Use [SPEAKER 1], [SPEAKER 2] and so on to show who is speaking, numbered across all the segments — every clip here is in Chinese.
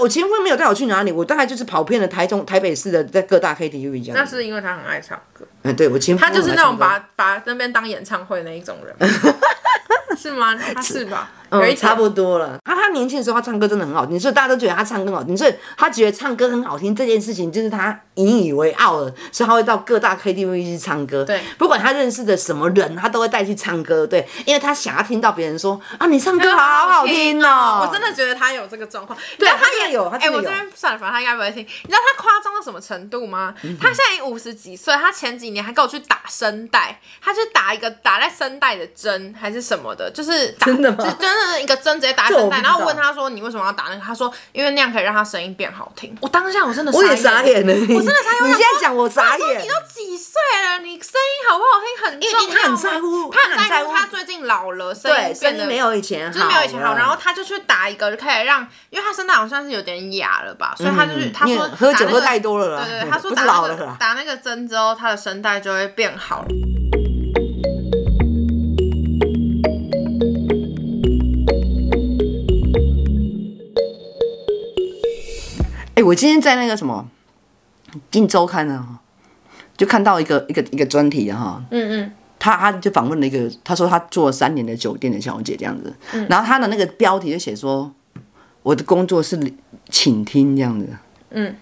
[SPEAKER 1] 我前夫没有带我去哪里，我大概就是跑遍了台中、台北市的在各大 KTV 这样。
[SPEAKER 2] 那是因为他很爱唱歌，
[SPEAKER 1] 嗯，对我前夫
[SPEAKER 2] 他就是那种
[SPEAKER 1] 很爱唱歌
[SPEAKER 2] 把把那边当演唱会那一种人， 是吗？他是吧？有一
[SPEAKER 1] 嗯，
[SPEAKER 2] 点
[SPEAKER 1] 差不多了。他他年轻的时候，他唱歌真的很好听，所以大家都觉得他唱歌很好听，所以他觉得唱歌很好听这件事情，就是他引以为傲了，所以他会到各大 KTV 去唱歌。
[SPEAKER 2] 对
[SPEAKER 1] 不管他认识的什么人，他都会带去唱歌。对，因为他想要听到别人说啊，你唱歌好好听哦、
[SPEAKER 2] 我真的觉得他有这个状况。
[SPEAKER 1] 对
[SPEAKER 2] 你知道
[SPEAKER 1] 他真的有他
[SPEAKER 2] 哎、
[SPEAKER 1] 真的
[SPEAKER 2] 我这
[SPEAKER 1] 有
[SPEAKER 2] 边算了，反正他应该不会听。你知道他夸张到什么程度吗？
[SPEAKER 1] 嗯
[SPEAKER 2] 他现在已经五十几岁，他前几年还跟我去打声带，他就打一个打在声带的针还是什么的，就是打
[SPEAKER 1] 真的吗
[SPEAKER 2] 就真的一个针直接打在
[SPEAKER 1] 这我
[SPEAKER 2] 声带，
[SPEAKER 1] 不知
[SPEAKER 2] 然
[SPEAKER 1] 道
[SPEAKER 2] 后问他说你为什么要打那个？他说因为那样可以让他声音变好听。我当下我真的
[SPEAKER 1] 我也傻眼了，
[SPEAKER 2] 我真的傻眼。
[SPEAKER 1] 你
[SPEAKER 2] 我
[SPEAKER 1] 现
[SPEAKER 2] 想说
[SPEAKER 1] 在讲我傻
[SPEAKER 2] 我想说
[SPEAKER 1] 眼
[SPEAKER 2] 你。都几岁了，你声音好不好听很
[SPEAKER 1] 因
[SPEAKER 2] 重
[SPEAKER 1] 为
[SPEAKER 2] 要吗。
[SPEAKER 1] 他很在乎
[SPEAKER 2] 他
[SPEAKER 1] 他
[SPEAKER 2] 很
[SPEAKER 1] 很
[SPEAKER 2] 在
[SPEAKER 1] 在
[SPEAKER 2] 乎。
[SPEAKER 1] 乎
[SPEAKER 2] 他最近老了，
[SPEAKER 1] 对，
[SPEAKER 2] 声音变
[SPEAKER 1] 声
[SPEAKER 2] 得
[SPEAKER 1] 音没有以前好了，
[SPEAKER 2] 就是没有以前好，然后他就去打一个，就可以让，因为他声带好像是有点哑了吧，所以他就是、
[SPEAKER 1] 嗯
[SPEAKER 2] 他说
[SPEAKER 1] 因为喝酒
[SPEAKER 2] 打那个
[SPEAKER 1] 喝太多了啦
[SPEAKER 2] 对对，他说
[SPEAKER 1] 不
[SPEAKER 2] 打
[SPEAKER 1] 是
[SPEAKER 2] 那
[SPEAKER 1] 老
[SPEAKER 2] 个
[SPEAKER 1] 了啦
[SPEAKER 2] 打那个针之后，他的声带就会变好了。
[SPEAKER 1] 哎、我今天在那个什么《金周刊》呢，就看到一个一个一个专题啊哈，
[SPEAKER 2] 嗯嗯，
[SPEAKER 1] 他他就访问了一个，他说他做了三年的酒店的小姐这样子，
[SPEAKER 2] 嗯
[SPEAKER 1] 然后他的那个标题就写说我的工作是倾听这样子，
[SPEAKER 2] 嗯，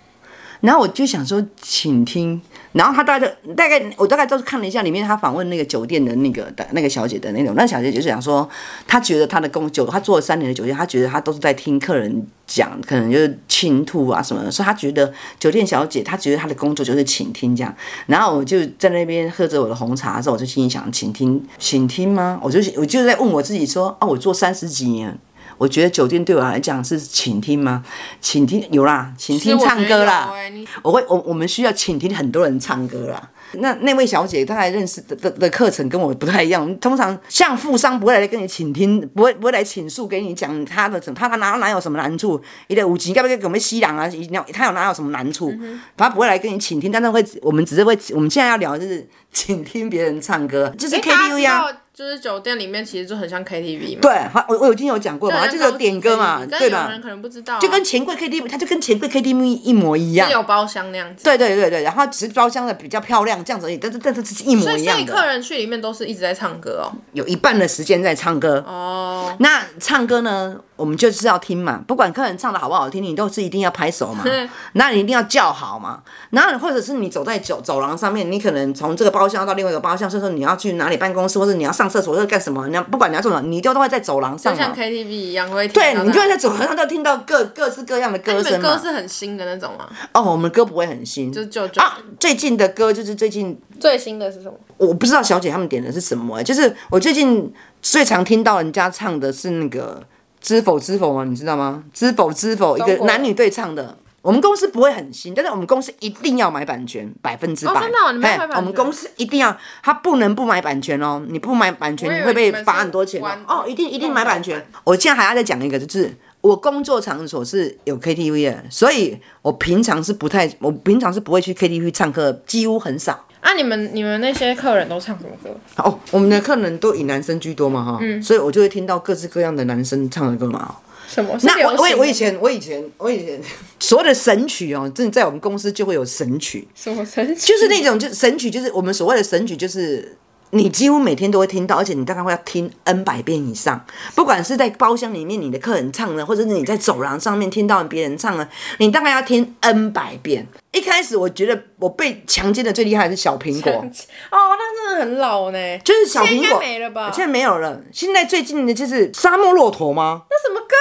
[SPEAKER 1] 然后我就想说倾听，然后他大概就大概我大概都是看了一下里面他访问那个酒店的那个的那个小姐的那种，那小姐就是想说，她觉得她的工酒，她做了三年的酒店，她觉得她都是在听客人讲，可能就是倾吐啊什么的，所以她觉得酒店小姐，她觉得她的工作就是倾听这样。然后我就在那边喝着我的红茶的时候，我就心里想，倾听，倾听吗？我就我就在问我自己说，啊，我做三十几年。我觉得酒店对我来讲是倾听吗？倾听有啦，倾听唱歌啦，
[SPEAKER 2] 哎、你
[SPEAKER 1] 我会我我们需要倾听很多人唱歌啦。那那位小姐大概认识的的的课程跟我不太一样，通常像富商不会来跟你倾听，不会不会来倾诉给你讲他的什么，他他哪哪有什么难处，你的五级该不该给我们吸氧啊？一定要他有哪有什么难处，
[SPEAKER 2] 嗯
[SPEAKER 1] 他不会来跟你倾听，但是会我们只是会我们现在要聊的就是倾听别人唱歌，就是
[SPEAKER 2] 哎大家
[SPEAKER 1] KTV
[SPEAKER 2] 知
[SPEAKER 1] 呀、啊。
[SPEAKER 2] 道，就是酒店里面其实就很像 KTV 嘛，
[SPEAKER 1] 对，好我我已经有讲过嘛，
[SPEAKER 2] 人
[SPEAKER 1] 就是有点歌嘛，
[SPEAKER 2] 高级 KTV
[SPEAKER 1] 对
[SPEAKER 2] 但有
[SPEAKER 1] 吧
[SPEAKER 2] 人？可能不知道啊、
[SPEAKER 1] 就跟钱柜 KTV，它就跟钱柜 KTV 一模一样
[SPEAKER 2] 是。有包厢那样子。
[SPEAKER 1] 对对对对，然后只是包厢的比较漂亮这样子而已，但是但是是一
[SPEAKER 2] 所
[SPEAKER 1] 模一
[SPEAKER 2] 以，所以
[SPEAKER 1] 样
[SPEAKER 2] 客
[SPEAKER 1] 的，
[SPEAKER 2] 人去里面都是一直在唱歌哦。
[SPEAKER 1] 有一半的时间在唱歌。
[SPEAKER 2] 哦，
[SPEAKER 1] 那唱歌呢，我们就是要听嘛，不管客人唱的好不好听，你都是一定要拍手 嘛
[SPEAKER 2] 对，
[SPEAKER 1] 那你一定要叫好嘛，然后或者是你走在走走廊上面，你可能从这个包厢到另外一个包厢，所以说你要去哪里办公室，或者你要上厕所，或者干什么，你要不管你要做什么，你都都会在走廊上
[SPEAKER 2] 就
[SPEAKER 1] 嘛
[SPEAKER 2] 像，KTV 一样会听到
[SPEAKER 1] 对
[SPEAKER 2] 那。，
[SPEAKER 1] 你就会在走廊上都听到各各式各样的歌
[SPEAKER 2] 哎你
[SPEAKER 1] 声
[SPEAKER 2] 们
[SPEAKER 1] 嘛。
[SPEAKER 2] 歌是很新的那种吗？
[SPEAKER 1] 哦，我们歌不会很新，
[SPEAKER 2] 就就就、
[SPEAKER 1] 啊，最近的歌就是最近
[SPEAKER 2] 最新的是什么？
[SPEAKER 1] 我不知道小姐他们点的是什么、欸，就是我最近最常听到人家唱的是那个《知否知否》吗？啊你知道吗？《知否知否》一
[SPEAKER 2] 中
[SPEAKER 1] 个
[SPEAKER 2] 国
[SPEAKER 1] 男女对唱的。我们公司不会很新，但是我们公司一定要买版权，百分之百。
[SPEAKER 2] 哦真的哦你们要买版权
[SPEAKER 1] 嘿我们公司一定要，他不能不买版权哦，你不买版
[SPEAKER 2] 我以
[SPEAKER 1] 权
[SPEAKER 2] 为
[SPEAKER 1] 你会被
[SPEAKER 2] 你们是
[SPEAKER 1] 罚很多钱哦
[SPEAKER 2] 玩。
[SPEAKER 1] 哦，一定一定买版权
[SPEAKER 2] 玩。
[SPEAKER 1] 我现在还要再讲一个，就是我工作场所是有 KTV 的，所以我平常是不太，我平常是不会去 KTV 唱歌，几乎很少。
[SPEAKER 2] 啊，你们你们那些客人都唱什么歌？
[SPEAKER 1] 哦，我们的客人都以男生居多嘛哈，
[SPEAKER 2] 嗯
[SPEAKER 1] 所以我就会听到各式各样的男生唱的歌嘛。哦
[SPEAKER 2] 什么？是
[SPEAKER 1] 那
[SPEAKER 2] 流行
[SPEAKER 1] 我我以
[SPEAKER 2] 的
[SPEAKER 1] 我以前我以前我以前 所有的神曲哦，真的在我们公司就会有神曲，
[SPEAKER 2] 什么神奇？
[SPEAKER 1] 就是那种就神曲，就是我们所谓的神曲，就是你几乎每天都会听到，而且你大概会要听 N 百遍以上。不管是在包厢里面你的客人唱的，或者是你在走廊上面听到别人唱的，你大概要听 N 百遍。一开始我觉得我被强奸的最厉害的是小苹果。
[SPEAKER 2] 哦，那真的很老呢。
[SPEAKER 1] 就是小苹果
[SPEAKER 2] 现在应该没了吧
[SPEAKER 1] 现在没有了。现在最近的就是沙漠骆驼吗？
[SPEAKER 2] 那什么歌啦？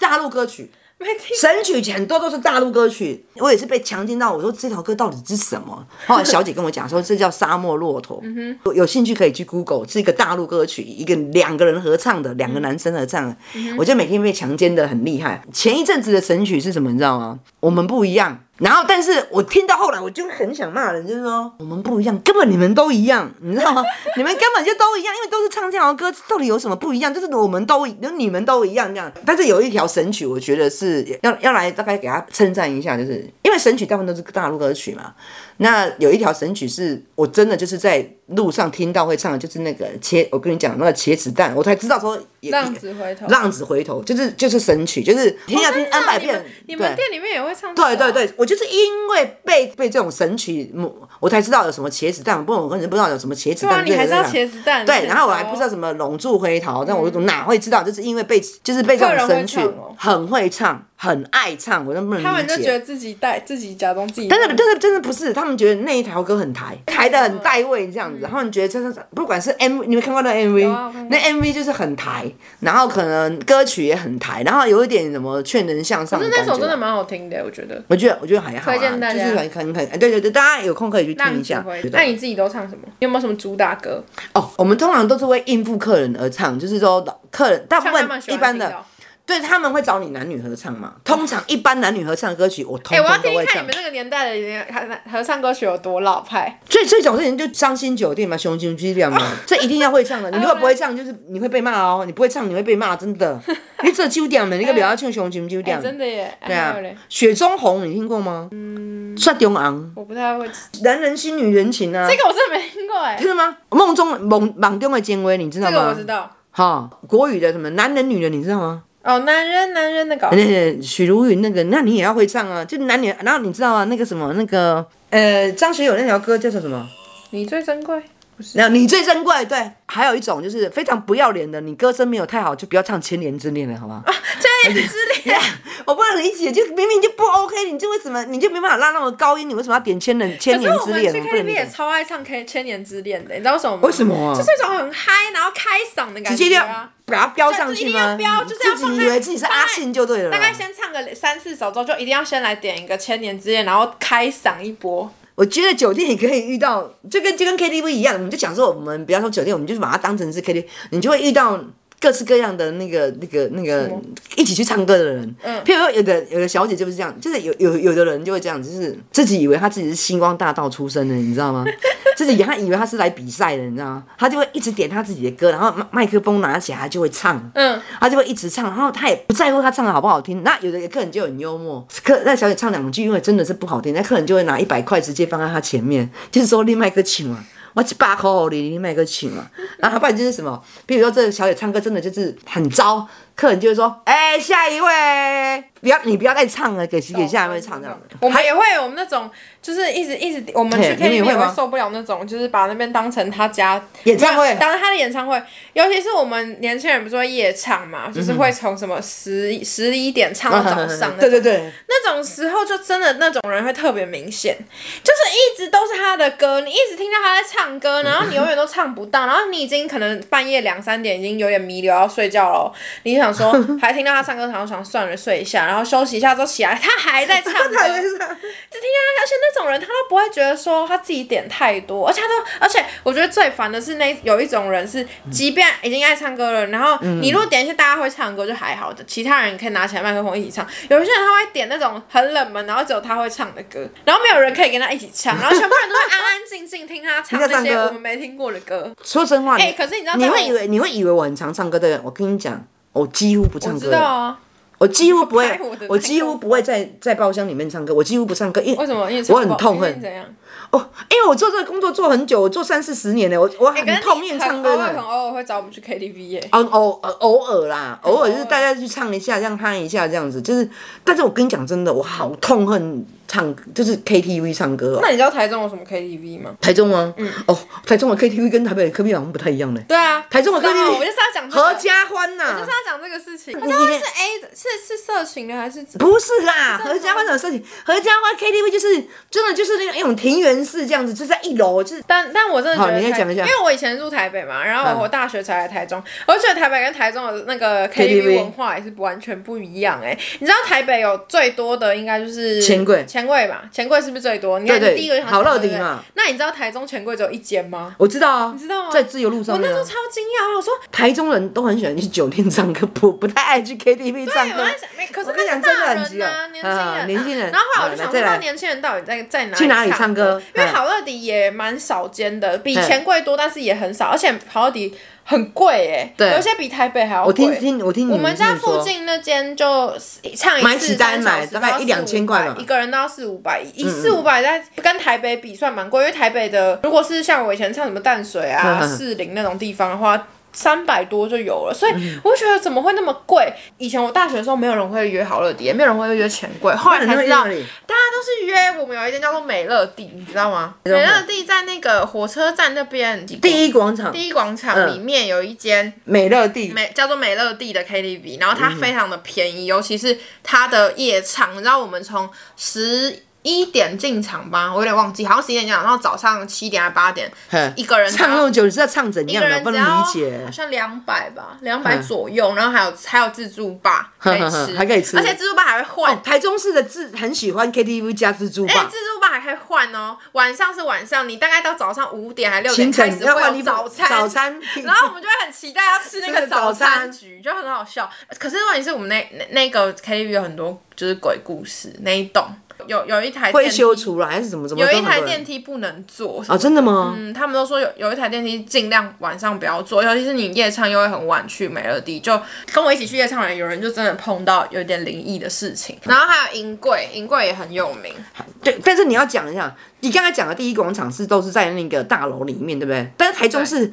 [SPEAKER 1] 大陆歌曲。
[SPEAKER 2] 没听。
[SPEAKER 1] 神曲很多都是大陆歌曲，我也是被强奸到。我说这条歌到底是什么？后来小姐跟我讲说，这叫《沙漠骆驼》。
[SPEAKER 2] 嗯
[SPEAKER 1] 有有兴趣可以去 Google，是一个大陆歌曲，一个两个人合唱的，
[SPEAKER 2] 嗯
[SPEAKER 1] 两个男生合唱的。我就每天被强奸的很厉害。前一阵子的神曲是什么？你知道吗？我们不一样。然后，但是我听到后来，我就很想骂人，就是说我们不一样，根本你们都一样，你知道吗？ 你们根本就都一样，因为都是唱这样的歌，到底有什么不一样？就是我们都，就你们都一样这样。但是有一条神曲，我觉得是要要来大概给他称赞一下，就是因为神曲大部分都是大陆歌曲嘛。那有一条神曲是我真的就是在路上听到会唱的，就是那个茄，我跟你讲那个茄子蛋，我才知道说也
[SPEAKER 2] 浪子回头，哦
[SPEAKER 1] 浪子回头，就是就是神曲，就是听要听 N 百遍。
[SPEAKER 2] 你们
[SPEAKER 1] 对
[SPEAKER 2] 店里面也会唱？啊
[SPEAKER 1] 对对，对，我就是因为被被这种神曲，我我才知道有什么茄子蛋，不然我根本不知道有什么茄子
[SPEAKER 2] 不然
[SPEAKER 1] 蛋。
[SPEAKER 2] 啊你还知道
[SPEAKER 1] 对对对
[SPEAKER 2] 茄子蛋？
[SPEAKER 1] 对，然后我还不
[SPEAKER 2] 哦
[SPEAKER 1] 知道什么龙柱回头，但我哪会知道？就是因为被就是被这种神曲
[SPEAKER 2] 客人会唱哦
[SPEAKER 1] 很会唱，很爱唱，我真不能理解。
[SPEAKER 2] 他们就觉得自己带自己假装自己，
[SPEAKER 1] 但是但是真的不是，他们觉得那一条歌很台，台的很带味这样子，他们觉得真的不管是 M，你们看过那 MV，、
[SPEAKER 2] 有啊我看过
[SPEAKER 1] 那 MV 就是很台，然后可能歌曲也很台，然后有一点什么劝人向上
[SPEAKER 2] 可
[SPEAKER 1] 的
[SPEAKER 2] 是那
[SPEAKER 1] 感觉。
[SPEAKER 2] 首真的蛮好听的，我觉得。
[SPEAKER 1] 我觉得我觉得还好、啊，
[SPEAKER 2] 推荐大家
[SPEAKER 1] 就是很很很，哎对对对，大家有空可以去听
[SPEAKER 2] 浪
[SPEAKER 1] 一
[SPEAKER 2] 子
[SPEAKER 1] 下
[SPEAKER 2] 回。头
[SPEAKER 1] 对，
[SPEAKER 2] 那你自己都唱什么？你有没有什么主打歌？
[SPEAKER 1] 哦，我们通常都是为应付客人而唱，就是说老客人大部
[SPEAKER 2] 像他
[SPEAKER 1] 分
[SPEAKER 2] 们喜
[SPEAKER 1] 一
[SPEAKER 2] 欢
[SPEAKER 1] 般
[SPEAKER 2] 听
[SPEAKER 1] 的，
[SPEAKER 2] 到。
[SPEAKER 1] 对他们会找你男女合唱嘛。通常一般男女合唱的歌曲，我通
[SPEAKER 2] 哎，我要
[SPEAKER 1] 通都
[SPEAKER 2] 听一
[SPEAKER 1] 会
[SPEAKER 2] 看
[SPEAKER 1] 唱
[SPEAKER 2] 你。们那个年代的合合唱歌曲有多老派。
[SPEAKER 1] 所以这种事情就伤心酒店嘛，雄心激量嘛，这一定要会唱 的。你如果不会唱，就是你会被骂哦。你不会唱，你会被骂，真 的。因为这酒店嘛，你个不要唱雄心酒店
[SPEAKER 2] 哎。真的耶。对
[SPEAKER 1] 对啊
[SPEAKER 2] 还有嘞，
[SPEAKER 1] 雪中红你听过吗？嗯，雪中红，
[SPEAKER 2] 我不太会。
[SPEAKER 1] 男人心女人情啊
[SPEAKER 2] 这。个我真的没听过哎。
[SPEAKER 1] 真的吗？梦中梦梦中的奸微，你知道
[SPEAKER 2] 这
[SPEAKER 1] 吗？
[SPEAKER 2] 个我知道。
[SPEAKER 1] 哈，国语的什么男人女人，你知道吗？
[SPEAKER 2] 哦，男人男人的搞。
[SPEAKER 1] 那个许茹芸那个，那你也要会唱啊，就男女。然后你知道啊，那个什么那个呃，张学友那条歌叫做什么？
[SPEAKER 2] 你最珍贵。啊不是。
[SPEAKER 1] 那你最珍贵。对，还有一种就是非常不要脸的，你歌声没有太好，就不要唱《千年之恋》了，好 吗？哎
[SPEAKER 2] 千年之恋。
[SPEAKER 1] 我不能理解，就明明就不 OK，你就为什么你就没办法拉那么高音？你为什么要点《千人千
[SPEAKER 2] 可是
[SPEAKER 1] 年
[SPEAKER 2] 我
[SPEAKER 1] 之
[SPEAKER 2] 们
[SPEAKER 1] 恋
[SPEAKER 2] 去》？
[SPEAKER 1] 我不能
[SPEAKER 2] KTV
[SPEAKER 1] 理
[SPEAKER 2] 也
[SPEAKER 1] 解。
[SPEAKER 2] 超爱唱《K 千年之恋》的，你知道为什么吗？
[SPEAKER 1] 为什么啊
[SPEAKER 2] 就是一种很嗨，然后开嗓的感觉、啊。
[SPEAKER 1] 直接就把它标上
[SPEAKER 2] 就一
[SPEAKER 1] 去
[SPEAKER 2] 定要
[SPEAKER 1] 吗？
[SPEAKER 2] 标就是要
[SPEAKER 1] 自己
[SPEAKER 2] 放
[SPEAKER 1] 以
[SPEAKER 2] 在
[SPEAKER 1] 为自己是阿信就对了啊啦。
[SPEAKER 2] 大概先唱个三四首之后，就一定要先来点一个《千年之恋》，然后开嗓一波。
[SPEAKER 1] 我觉得酒店也可以遇到，就跟就跟 KTV 一样，我们就讲说我们不要说酒店，我们就是把它当成是 KTV，你就会遇到各式各样的那个那个那个一起去唱歌的人。嗯，譬如说有的有的小姐就是这样，就是有有有的人就会这样，就是自己以为她自己是星光大道出身的，你知道吗？ 自己她以为她是来比赛的，你知道吗？她就会一直点她自己的歌，然后麦麦克风拿起来，她就会唱。
[SPEAKER 2] 嗯，
[SPEAKER 1] 他就会一直唱，然后他也不在乎他唱的好不好听。那有的客人就很幽默，客那小姐唱两句，因为真的是不好听，那客人就会拿一百块直接放在他前面，就是说另外一个请啊。我去把口你另外一个请啊，然后不然就是什么，比如说这个小姐唱歌真的就是很糟，客人就会说，哎、下一位，不要你不要再唱了，给给下一位唱这样。
[SPEAKER 2] 我们也会，我们那种就是一直一直，我们
[SPEAKER 1] 嘿你
[SPEAKER 2] 去 KTV
[SPEAKER 1] 们
[SPEAKER 2] 也
[SPEAKER 1] 也会吗
[SPEAKER 2] 会受不了那种，就是把那边当成他家
[SPEAKER 1] 演唱会
[SPEAKER 2] 当成他的演唱会。尤其是我们年轻人不是会夜唱嘛，就是会从什么十十一点唱到嗯啊早上那种。
[SPEAKER 1] 嗯对对对，
[SPEAKER 2] 那种时候就真的那种人会特别明显，就是一直都是他的歌，你一直听到他在唱歌，然后你永远都唱不到，然后你已经可能半夜两三点已经有点弥留要睡觉了，你就想说还听到他唱歌，然后想算了睡一下，然后休息一下之后起来， 他还在唱歌，
[SPEAKER 1] 他就是这样
[SPEAKER 2] 只听到他，而且那种人他都不会觉得说他自己点太多，而且他都，而且我觉得最烦的是那有一种人是，即便已经爱唱歌了，然后
[SPEAKER 1] 嗯
[SPEAKER 2] 你如果点一些大家会唱的歌就还好的，其他人可以拿起来麦克风一起唱。有一些人他会点那种很冷门，然后只有他会唱的歌，然后没有人可以跟他一起 唱，然后全部人都会安安静静听他唱
[SPEAKER 1] 你在
[SPEAKER 2] 那
[SPEAKER 1] 唱
[SPEAKER 2] 些
[SPEAKER 1] 歌
[SPEAKER 2] 我们没听过的歌。
[SPEAKER 1] 说真话，
[SPEAKER 2] 哎、可是你知道，
[SPEAKER 1] 你
[SPEAKER 2] 在我
[SPEAKER 1] 会以为你会以为我很常唱歌的人，我跟你讲，我几乎不唱
[SPEAKER 2] 我
[SPEAKER 1] 歌
[SPEAKER 2] 知
[SPEAKER 1] 的
[SPEAKER 2] 道。啊，
[SPEAKER 1] 我几乎 不
[SPEAKER 2] 拍
[SPEAKER 1] 会
[SPEAKER 2] 我的那，个
[SPEAKER 1] 我几乎不会在在包厢里面唱歌，我几乎不唱歌，因
[SPEAKER 2] 为什么？因为
[SPEAKER 1] 我很痛
[SPEAKER 2] 唱不好因为
[SPEAKER 1] 恨
[SPEAKER 2] 怎样？
[SPEAKER 1] 哦，因为我做这个工作做很久，我做三四十年了，我我很
[SPEAKER 2] 可是
[SPEAKER 1] 痛
[SPEAKER 2] 你
[SPEAKER 1] 恨
[SPEAKER 2] 很
[SPEAKER 1] 唱歌
[SPEAKER 2] 偶尔很
[SPEAKER 1] 的。
[SPEAKER 2] 偶尔会找我们去 KTV 耶。
[SPEAKER 1] 偶偶呃偶尔啦，偶尔就是
[SPEAKER 2] 偶尔
[SPEAKER 1] 大家去唱一下，这样嗨一下，这样子就是。但是我跟你讲真的，我好痛恨唱，就是 KTV 唱歌、哦。
[SPEAKER 2] 那你知道台中有什么 KTV 吗？
[SPEAKER 1] 台中吗？嗯。哦，台中的 KTV 跟台北的 KTV 好像不太一样呢。
[SPEAKER 2] 对啊，
[SPEAKER 1] 台中的
[SPEAKER 2] 知道啊
[SPEAKER 1] KTV
[SPEAKER 2] 我就是要讲这个
[SPEAKER 1] 合家欢呐、
[SPEAKER 2] 就是要啊讲这个事情。
[SPEAKER 1] 你
[SPEAKER 2] 那会
[SPEAKER 1] 你
[SPEAKER 2] 是 A 的，是是色情的还是怎？
[SPEAKER 1] 不是啦，
[SPEAKER 2] 真的吗
[SPEAKER 1] 合家欢什么事情？合家欢 KTV 就是真的就是那种一种庭园式这样子，就是在一楼，就是
[SPEAKER 2] 但但我真的觉得
[SPEAKER 1] 好你先
[SPEAKER 2] 台
[SPEAKER 1] 讲一下嗯
[SPEAKER 2] 因为我以前住台北嘛，然后我大学才来台中，我就觉得台北跟台中的那个
[SPEAKER 1] KTV
[SPEAKER 2] 文化也是完全不一样哎、你知道台北有最多的应该就是
[SPEAKER 1] 钱柜
[SPEAKER 2] 钱柜嘛，钱柜是不是最多？你看
[SPEAKER 1] 对对
[SPEAKER 2] 你第一个就想
[SPEAKER 1] 好乐迪
[SPEAKER 2] 对不对
[SPEAKER 1] 嘛。
[SPEAKER 2] 那你知道台中钱柜只有一间吗？
[SPEAKER 1] 我知道啊，你
[SPEAKER 2] 知道吗
[SPEAKER 1] 在自由路上
[SPEAKER 2] 我那
[SPEAKER 1] 面
[SPEAKER 2] 时
[SPEAKER 1] 啊、
[SPEAKER 2] 候超惊讶，我想说，
[SPEAKER 1] 台中人都很喜欢去酒店唱歌， 不不太爱去 KTV
[SPEAKER 2] 哎，
[SPEAKER 1] 唱
[SPEAKER 2] 我
[SPEAKER 1] 歌。
[SPEAKER 2] 在想，哎可是
[SPEAKER 1] 我跟你讲
[SPEAKER 2] 那是大
[SPEAKER 1] 真的很
[SPEAKER 2] 人
[SPEAKER 1] 急
[SPEAKER 2] 啊，
[SPEAKER 1] 啊
[SPEAKER 2] 年轻
[SPEAKER 1] 啊
[SPEAKER 2] 人，
[SPEAKER 1] 年轻人
[SPEAKER 2] 然后后来
[SPEAKER 1] 好
[SPEAKER 2] 我就想
[SPEAKER 1] 再
[SPEAKER 2] 知
[SPEAKER 1] 来
[SPEAKER 2] 道年轻人到底在在哪
[SPEAKER 1] 去哪里
[SPEAKER 2] 唱
[SPEAKER 1] 唱歌
[SPEAKER 2] 因为
[SPEAKER 1] 嗯
[SPEAKER 2] 好乐迪也蛮少见的，比
[SPEAKER 1] 嗯
[SPEAKER 2] 钱柜多，但是也很少，而且好乐迪很贵哎，
[SPEAKER 1] 对
[SPEAKER 2] 有些比台北还要
[SPEAKER 1] 我听
[SPEAKER 2] 贵。
[SPEAKER 1] 听我听你
[SPEAKER 2] 我们
[SPEAKER 1] 这
[SPEAKER 2] 家
[SPEAKER 1] 么说
[SPEAKER 2] 附近那间就唱一
[SPEAKER 1] 买
[SPEAKER 2] 次
[SPEAKER 1] 起单来
[SPEAKER 2] 三小时
[SPEAKER 1] 大概
[SPEAKER 2] 都要
[SPEAKER 1] 一两千块吧嗯
[SPEAKER 2] 400一个人都要四五百，一四五百在跟台北 比算蛮贵，因为台北的如果是像我以前唱什么淡水啊
[SPEAKER 1] 嗯、嗯
[SPEAKER 2] 士林那种地方的话，三百多就有了，所以
[SPEAKER 1] 嗯
[SPEAKER 2] 我就觉得怎么会那么贵？以前我大学的时候，没有人会约好乐迪，也没有人会约钱柜，后来才知道，
[SPEAKER 1] 那你会约哪里
[SPEAKER 2] 大家都是约我们有一间叫做美乐蒂，你知道吗？美乐蒂在那个火车站那边，
[SPEAKER 1] 第
[SPEAKER 2] 一
[SPEAKER 1] 一广场嗯
[SPEAKER 2] 第一广场里面有一间
[SPEAKER 1] 美乐蒂，
[SPEAKER 2] 美叫做美乐蒂的 KTV，然后
[SPEAKER 1] 嗯
[SPEAKER 2] 它非常的便宜，尤其是它的夜场，你知道我们从十一点进场吧，我有点忘记，好像十一点进场，然后早上七点还八点，
[SPEAKER 1] 嘿
[SPEAKER 2] 一个人只要
[SPEAKER 1] 唱那么久，你是在唱怎
[SPEAKER 2] 一
[SPEAKER 1] 样
[SPEAKER 2] 个
[SPEAKER 1] 的？我
[SPEAKER 2] 人
[SPEAKER 1] 不
[SPEAKER 2] 只
[SPEAKER 1] 能
[SPEAKER 2] 要
[SPEAKER 1] 理
[SPEAKER 2] 好
[SPEAKER 1] 解。嗯
[SPEAKER 2] 像两百吧，两百左右，然后还有还有自助吧 可以吃，
[SPEAKER 1] 还可以吃
[SPEAKER 2] 而且自助吧还会换
[SPEAKER 1] 哦，台中市的自很喜欢 KTV 加自助
[SPEAKER 2] 哎、
[SPEAKER 1] 吧
[SPEAKER 2] 自，助吧还可以换哦，晚上是晚上，你大概到早上五点还六
[SPEAKER 1] 行
[SPEAKER 2] 点开
[SPEAKER 1] 程
[SPEAKER 2] 始
[SPEAKER 1] 要
[SPEAKER 2] 会
[SPEAKER 1] 换
[SPEAKER 2] 有
[SPEAKER 1] 你
[SPEAKER 2] 早餐，
[SPEAKER 1] 早餐，
[SPEAKER 2] 然后我们就会很期待要吃那
[SPEAKER 1] 吃
[SPEAKER 2] 个
[SPEAKER 1] 个早
[SPEAKER 2] 早餐
[SPEAKER 1] 餐
[SPEAKER 2] 局，就很好笑。可是问题是我们那那那个 KTV 有很多就是鬼故事那一栋，有有一台
[SPEAKER 1] 会
[SPEAKER 2] 电梯
[SPEAKER 1] 修出来还是怎么怎么？
[SPEAKER 2] 有一
[SPEAKER 1] 跟很
[SPEAKER 2] 台
[SPEAKER 1] 多人
[SPEAKER 2] 电梯不能坐
[SPEAKER 1] 啊，真的吗？
[SPEAKER 2] 嗯，他们都说有有一台电梯尽量晚上不要坐，尤其是你夜唱又会很晚去美乐蒂，就跟我一起去夜唱的人，有人就真的碰到有点灵异的事情。然后还有银柜，银柜也很有名，
[SPEAKER 1] 对，但是你要讲一下，你刚才讲的第一广场是都是在那个大楼里面，对不对？但是台中市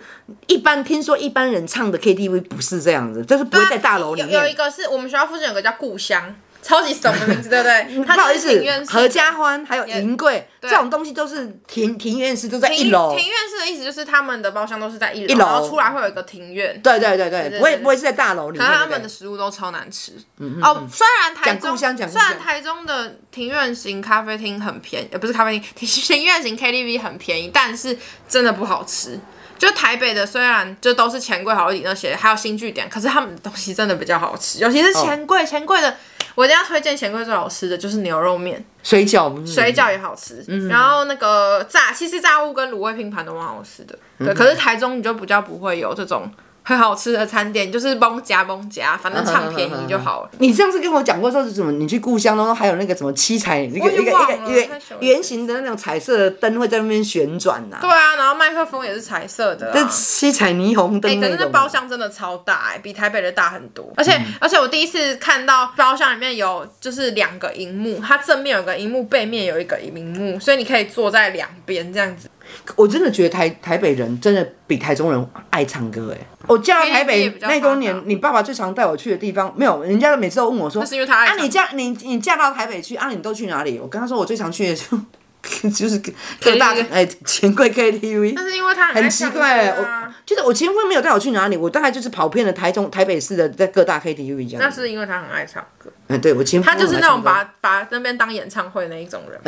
[SPEAKER 1] 一般听说一般人唱的 KTV 不是这样子，就是不会在大楼里
[SPEAKER 2] 啊有有
[SPEAKER 1] 面。
[SPEAKER 2] 一个是我们学校附近有个叫故乡，超级怂的名字，对不对？
[SPEAKER 1] 嗯 不
[SPEAKER 2] 它
[SPEAKER 1] 好
[SPEAKER 2] 就
[SPEAKER 1] 意
[SPEAKER 2] 是
[SPEAKER 1] 思
[SPEAKER 2] 庭院，式
[SPEAKER 1] 合家欢还有银柜这
[SPEAKER 2] 对
[SPEAKER 1] 种东西都是庭庭院式，都在
[SPEAKER 2] 庭
[SPEAKER 1] 一楼。
[SPEAKER 2] 庭院式的意思就是他们的包厢都是在一楼，
[SPEAKER 1] 一楼
[SPEAKER 2] 然后出来会有一个庭院。
[SPEAKER 1] 对对对对，
[SPEAKER 2] 对
[SPEAKER 1] 不会
[SPEAKER 2] 对
[SPEAKER 1] 不会是在大楼里
[SPEAKER 2] 可
[SPEAKER 1] 面。
[SPEAKER 2] 是
[SPEAKER 1] 对
[SPEAKER 2] 他
[SPEAKER 1] 不对嗯
[SPEAKER 2] 们的食物都超难吃。哦，虽然台
[SPEAKER 1] 讲
[SPEAKER 2] 中
[SPEAKER 1] 故乡讲故
[SPEAKER 2] 虽
[SPEAKER 1] 乡
[SPEAKER 2] 然台中的庭院型咖啡厅很便宜，呃，不是咖啡厅，庭院型 KTV 很便宜，但是真的不好吃。就台北的虽然就都是钱柜、好丽那些，还有新据点，可是他们的东西真的比较好吃，尤其
[SPEAKER 1] 哦
[SPEAKER 2] 是钱柜，钱柜的。我一定要推荐钱柜最好吃的就是牛肉面，
[SPEAKER 1] 水饺，嗯
[SPEAKER 2] 水饺也好吃，然后那个炸西式炸物跟卤味拼盘都蛮好吃的。
[SPEAKER 1] 嗯
[SPEAKER 2] 对，可是台中你就比较不会有这种很好吃的餐点，就是崩夹崩夹，反正唱便宜就好了。
[SPEAKER 1] 你上次跟我讲过说是什么？你去故乡，然后还有那个什么七彩，那个
[SPEAKER 2] 已经
[SPEAKER 1] 一个
[SPEAKER 2] 忘
[SPEAKER 1] 一
[SPEAKER 2] 了
[SPEAKER 1] 个圆
[SPEAKER 2] 太久了
[SPEAKER 1] 圆形的那种彩色的灯会在那边旋转呐、
[SPEAKER 2] 对啊，然后麦克风也是彩色的、
[SPEAKER 1] 这
[SPEAKER 2] 啊。
[SPEAKER 1] 七彩霓虹
[SPEAKER 2] 哎、
[SPEAKER 1] 灯那
[SPEAKER 2] 可
[SPEAKER 1] 嗯
[SPEAKER 2] 是那
[SPEAKER 1] 种。
[SPEAKER 2] 包厢真的超大哎、比台北的大很多。而且、而且我第一次看到包厢里面有就是两个荧幕，它正面有个荧幕，背面有一个荧幕，所以你可以坐在两边这样子。
[SPEAKER 1] 我真的觉得台台北人真的比台中人爱唱歌哎、我嫁到台
[SPEAKER 2] KTV
[SPEAKER 1] 北
[SPEAKER 2] 也比较
[SPEAKER 1] 那
[SPEAKER 2] 发
[SPEAKER 1] 多
[SPEAKER 2] 达
[SPEAKER 1] 年，你爸爸最常带我去的地方，没有，人家每次都问我说，
[SPEAKER 2] 那是因为他爱
[SPEAKER 1] 啊
[SPEAKER 2] 唱，
[SPEAKER 1] 你嫁你你嫁到台北去啊，你都去哪里？我跟他说我最常去的就就是 各
[SPEAKER 2] KTV
[SPEAKER 1] 大哎钱柜 KTV，
[SPEAKER 2] 但是因为他
[SPEAKER 1] 很
[SPEAKER 2] 爱
[SPEAKER 1] 奇
[SPEAKER 2] 唱歌
[SPEAKER 1] 怪、
[SPEAKER 2] 啊
[SPEAKER 1] 我就是我前面没有带我去哪里，我大概就是跑遍了台中、台北市的在各大 KTV 这
[SPEAKER 2] 那
[SPEAKER 1] 样子。
[SPEAKER 2] 是因为他很爱唱歌，
[SPEAKER 1] 嗯，对我前夫
[SPEAKER 2] 他就是那
[SPEAKER 1] 很
[SPEAKER 2] 种
[SPEAKER 1] 爱唱
[SPEAKER 2] 把把那边当演唱会那一种人，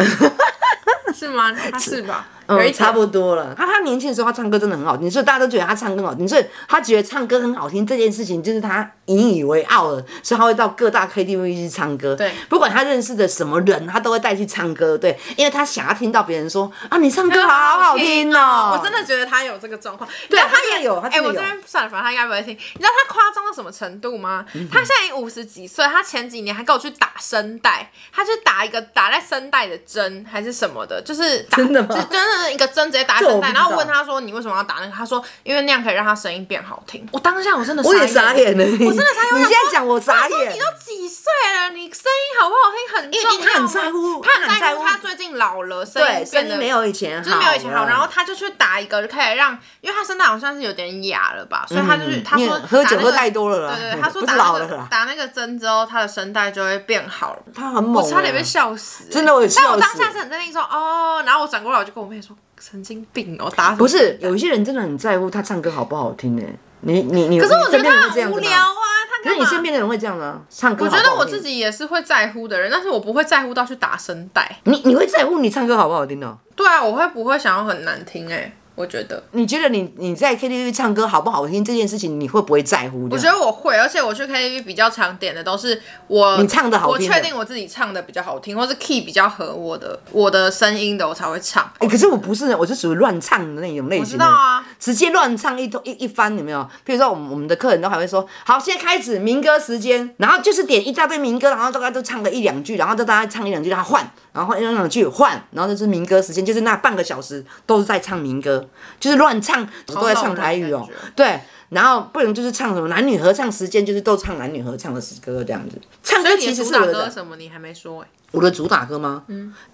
[SPEAKER 2] 是吗？他是吧？有
[SPEAKER 1] 歌
[SPEAKER 2] 一
[SPEAKER 1] 嗯，差
[SPEAKER 2] 点
[SPEAKER 1] 不多了。他他年轻的时候，他唱歌真的很好听，所以大家都觉得他唱歌很好听，所以他觉得唱歌很好听这件事情就是他引以为傲的，所以他会到各大 KTV 去唱歌。
[SPEAKER 2] 对
[SPEAKER 1] 不管他认识的什么人，他都会带去唱歌。对，因为他想要听到别人说啊，你唱歌好好听哦、
[SPEAKER 2] 我真的觉得他有这个状况，
[SPEAKER 1] 对
[SPEAKER 2] 但
[SPEAKER 1] 他真的
[SPEAKER 2] 也
[SPEAKER 1] 有他
[SPEAKER 2] 哎、
[SPEAKER 1] 真的
[SPEAKER 2] 我这
[SPEAKER 1] 有
[SPEAKER 2] 边算了，反正他应该不会听。你知道他夸张到什么程度吗？他
[SPEAKER 1] 嗯
[SPEAKER 2] 现在已经五十几岁，他前几年还跟我去打声带，他去打一个打在声带的针还是什么的，就是打
[SPEAKER 1] 真的吗
[SPEAKER 2] 就真的一个针直接打在
[SPEAKER 1] 这我不
[SPEAKER 2] 声带，
[SPEAKER 1] 知
[SPEAKER 2] 然
[SPEAKER 1] 道
[SPEAKER 2] 后问他说你为什么要打那个？他说因为那样可以让他声音变好听。我当下我真的
[SPEAKER 1] 我也傻眼了，我
[SPEAKER 2] 我真的傻
[SPEAKER 1] 你
[SPEAKER 2] 眼。我想
[SPEAKER 1] 现在
[SPEAKER 2] 说
[SPEAKER 1] 讲我傻
[SPEAKER 2] 我想说
[SPEAKER 1] 眼
[SPEAKER 2] 你。都几岁了，你声音好不好听很重要吗。
[SPEAKER 1] 因为他很在乎
[SPEAKER 2] 他很
[SPEAKER 1] 他
[SPEAKER 2] 在
[SPEAKER 1] 很在乎
[SPEAKER 2] 他最近老了，声
[SPEAKER 1] 对，
[SPEAKER 2] 音
[SPEAKER 1] 声
[SPEAKER 2] 变
[SPEAKER 1] 音
[SPEAKER 2] 得
[SPEAKER 1] 没有以前好
[SPEAKER 2] 就
[SPEAKER 1] 了，
[SPEAKER 2] 是没有以前好。然后他就去打一个，就可以让，因为他声带好像是有点哑了吧，所以他就是、
[SPEAKER 1] 嗯
[SPEAKER 2] 他
[SPEAKER 1] 因
[SPEAKER 2] 说
[SPEAKER 1] 为喝
[SPEAKER 2] 打
[SPEAKER 1] 酒
[SPEAKER 2] 那
[SPEAKER 1] 喝
[SPEAKER 2] 个
[SPEAKER 1] 太多了啦
[SPEAKER 2] 对
[SPEAKER 1] 嗯
[SPEAKER 2] 对对，他说
[SPEAKER 1] 不
[SPEAKER 2] 打
[SPEAKER 1] 是
[SPEAKER 2] 那
[SPEAKER 1] 老
[SPEAKER 2] 个
[SPEAKER 1] 了啦
[SPEAKER 2] 打那个针之后，他的声带就会变好了。
[SPEAKER 1] 他很猛、
[SPEAKER 2] 我
[SPEAKER 1] 啊，
[SPEAKER 2] 差点被笑死、欸
[SPEAKER 1] 真的我也
[SPEAKER 2] 但我
[SPEAKER 1] 笑
[SPEAKER 2] 当
[SPEAKER 1] 死
[SPEAKER 2] 下是很镇定说哦，然后我转过来我就跟我妹说神经病哦，打什么
[SPEAKER 1] 不是，
[SPEAKER 2] 针
[SPEAKER 1] 有一些人真的很在乎他唱歌好不好听呢、欸你你你，
[SPEAKER 2] 可是我觉
[SPEAKER 1] 你身
[SPEAKER 2] 得
[SPEAKER 1] 边人
[SPEAKER 2] 他
[SPEAKER 1] 会这
[SPEAKER 2] 很
[SPEAKER 1] 样
[SPEAKER 2] 无
[SPEAKER 1] 子吗
[SPEAKER 2] 聊啊，他
[SPEAKER 1] 可是
[SPEAKER 2] 干
[SPEAKER 1] 你
[SPEAKER 2] 嘛？
[SPEAKER 1] 身边的人会这样啊，唱歌
[SPEAKER 2] 我
[SPEAKER 1] 好不好
[SPEAKER 2] 觉
[SPEAKER 1] 听
[SPEAKER 2] 得我自，己也是会在乎的人，但是我不会在乎到去打声带。
[SPEAKER 1] 你你会在乎你唱歌好不好听哦？
[SPEAKER 2] 对啊，我会不会想要很难听、欸？哎，我觉得，
[SPEAKER 1] 你觉得你你在 KTV 唱歌好不好听这件事情，你会不会在乎这样？
[SPEAKER 2] 我觉得我会，而且我去 KTV 比较常点的都是我
[SPEAKER 1] 你唱得好
[SPEAKER 2] 我
[SPEAKER 1] 听
[SPEAKER 2] 确
[SPEAKER 1] 的
[SPEAKER 2] 定我自己唱的比较好听，或是 key 比较合我的我的声音的，我才会唱。
[SPEAKER 1] 哎、可是我不是，我是属于乱唱的那种类型的。
[SPEAKER 2] 我知道啊，
[SPEAKER 1] 直接乱唱一通一一番，有没有？比如说我们我们的客人都还会说，好，现在开始民歌时间，然后就是点一大堆民歌，然后大概都唱个一两句，然后就大家唱一两句，然后换，然后换一两句换，然后就是民歌时间，就是那半个小时都是在唱民歌，
[SPEAKER 2] 嗯
[SPEAKER 1] 就是乱唱，都在唱台语哦、
[SPEAKER 2] 好老人的感
[SPEAKER 1] 对。然后不能就是唱什么男女合唱时间，就是都唱男女合唱的歌这样子。唱
[SPEAKER 2] 所
[SPEAKER 1] 歌
[SPEAKER 2] 以你
[SPEAKER 1] 其
[SPEAKER 2] 的
[SPEAKER 1] 实
[SPEAKER 2] 主
[SPEAKER 1] 是
[SPEAKER 2] 打
[SPEAKER 1] 我
[SPEAKER 2] 歌
[SPEAKER 1] 的
[SPEAKER 2] 什么你还没说哎、
[SPEAKER 1] 我的主打歌吗？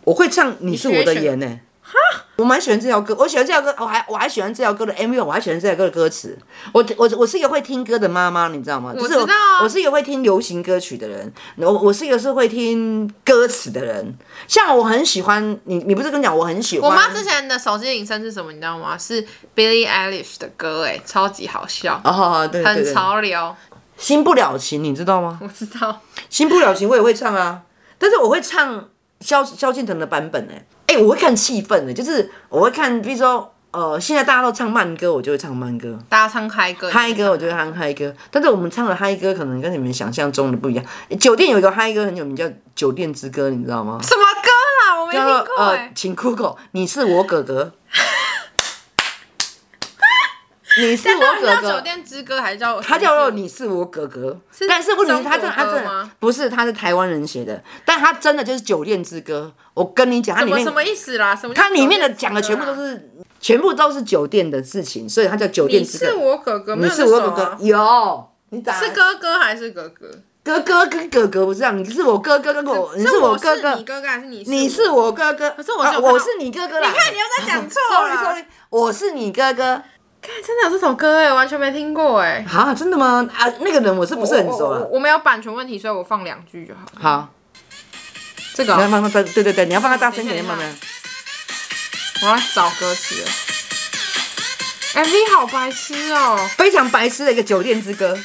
[SPEAKER 1] 我会唱《你是我的眼》呢、欸我蛮喜欢这条歌，我喜欢这条歌，我还我还喜欢这条歌的 MV，我还喜欢这条歌的歌词。我我我是一个会听歌的妈妈，你知道吗？就是
[SPEAKER 2] 知道啊
[SPEAKER 1] 我是一个会听流行歌曲的人，我我是一个是会听歌词的人。像我很喜欢你，你不是跟你讲我很喜欢？
[SPEAKER 2] 我妈之前的手机铃声是什么，你知道吗？是 Billie Eilish 的歌，哎，超级好笑，
[SPEAKER 1] 哦，对对
[SPEAKER 2] 很
[SPEAKER 1] 对，
[SPEAKER 2] 潮流。
[SPEAKER 1] 新不了情，你知道吗？
[SPEAKER 2] 我知道，
[SPEAKER 1] 新不了情我也会唱啊，但是我会唱萧萧敬腾的版本哎、哎、我会看气氛的、就是我会看，比如说呃，现在大家都唱慢歌，我就会唱慢歌。
[SPEAKER 2] 大家唱嗨歌，
[SPEAKER 1] 嗨歌，我就会唱嗨歌，但是我们唱的嗨歌可能跟你们想象中的不一样。酒店有一个嗨歌很有名，叫《酒店之歌》，你知道吗？
[SPEAKER 2] 什么歌啊？我没
[SPEAKER 1] 叫做
[SPEAKER 2] 听过
[SPEAKER 1] 呃
[SPEAKER 2] 哎，，
[SPEAKER 1] 请 Google，你是我哥 哥，你是我
[SPEAKER 2] 到
[SPEAKER 1] 哥
[SPEAKER 2] 底叫酒
[SPEAKER 1] 哥。
[SPEAKER 2] 店之歌还是叫？
[SPEAKER 1] 他叫做你是我哥哥，
[SPEAKER 2] 是
[SPEAKER 1] 但是问题是他真的，
[SPEAKER 2] 中
[SPEAKER 1] 他
[SPEAKER 2] 国歌
[SPEAKER 1] 真的
[SPEAKER 2] 吗
[SPEAKER 1] 不是，他是台湾人写的，但他真的就是《酒店之歌》。我跟你讲，它
[SPEAKER 2] 什
[SPEAKER 1] 里
[SPEAKER 2] 么
[SPEAKER 1] 面
[SPEAKER 2] 什么意思啦？什么叫
[SPEAKER 1] 它里面的
[SPEAKER 2] 酒
[SPEAKER 1] 讲
[SPEAKER 2] 店之歌
[SPEAKER 1] 的全部都
[SPEAKER 2] 啊。
[SPEAKER 1] 是全部都是酒店的事情，所以它叫《酒店
[SPEAKER 2] 你
[SPEAKER 1] 之歌
[SPEAKER 2] 是》。我哥哥，没
[SPEAKER 1] 你
[SPEAKER 2] 有
[SPEAKER 1] 是
[SPEAKER 2] 这
[SPEAKER 1] 我
[SPEAKER 2] 首
[SPEAKER 1] 哥
[SPEAKER 2] 啊
[SPEAKER 1] 哥，有你打
[SPEAKER 2] 是哥哥还是哥哥？
[SPEAKER 1] 哥哥跟哥哥不是这样，你是我哥哥跟我，哦你
[SPEAKER 2] 是
[SPEAKER 1] 我哥
[SPEAKER 2] 是你
[SPEAKER 1] 哥，
[SPEAKER 2] 哥哥还是你？
[SPEAKER 1] 你是
[SPEAKER 2] 我？
[SPEAKER 1] 我哥哥，可
[SPEAKER 2] 是我是
[SPEAKER 1] 啊、
[SPEAKER 2] 有看到
[SPEAKER 1] 我是你哥哥啦。
[SPEAKER 2] 你看你又在讲错 啊
[SPEAKER 1] ，sorry
[SPEAKER 2] 了。
[SPEAKER 1] sorry，我是你哥哥
[SPEAKER 2] 看，真的有这首歌哎，完全没听过哎。
[SPEAKER 1] 啊，真的吗？啊，那个人我是不是很熟啊
[SPEAKER 2] 我我
[SPEAKER 1] 了？
[SPEAKER 2] 我没有版权问题，所以我放两句就好。
[SPEAKER 1] 好，
[SPEAKER 2] 这个
[SPEAKER 1] 你要
[SPEAKER 2] 哦
[SPEAKER 1] 放放，对对对，你要放他大声一
[SPEAKER 2] 等一
[SPEAKER 1] 点，
[SPEAKER 2] 下
[SPEAKER 1] 慢慢。
[SPEAKER 2] 我要找歌词了。MV 好白痴哦！
[SPEAKER 1] 非常白痴的一个酒店之歌，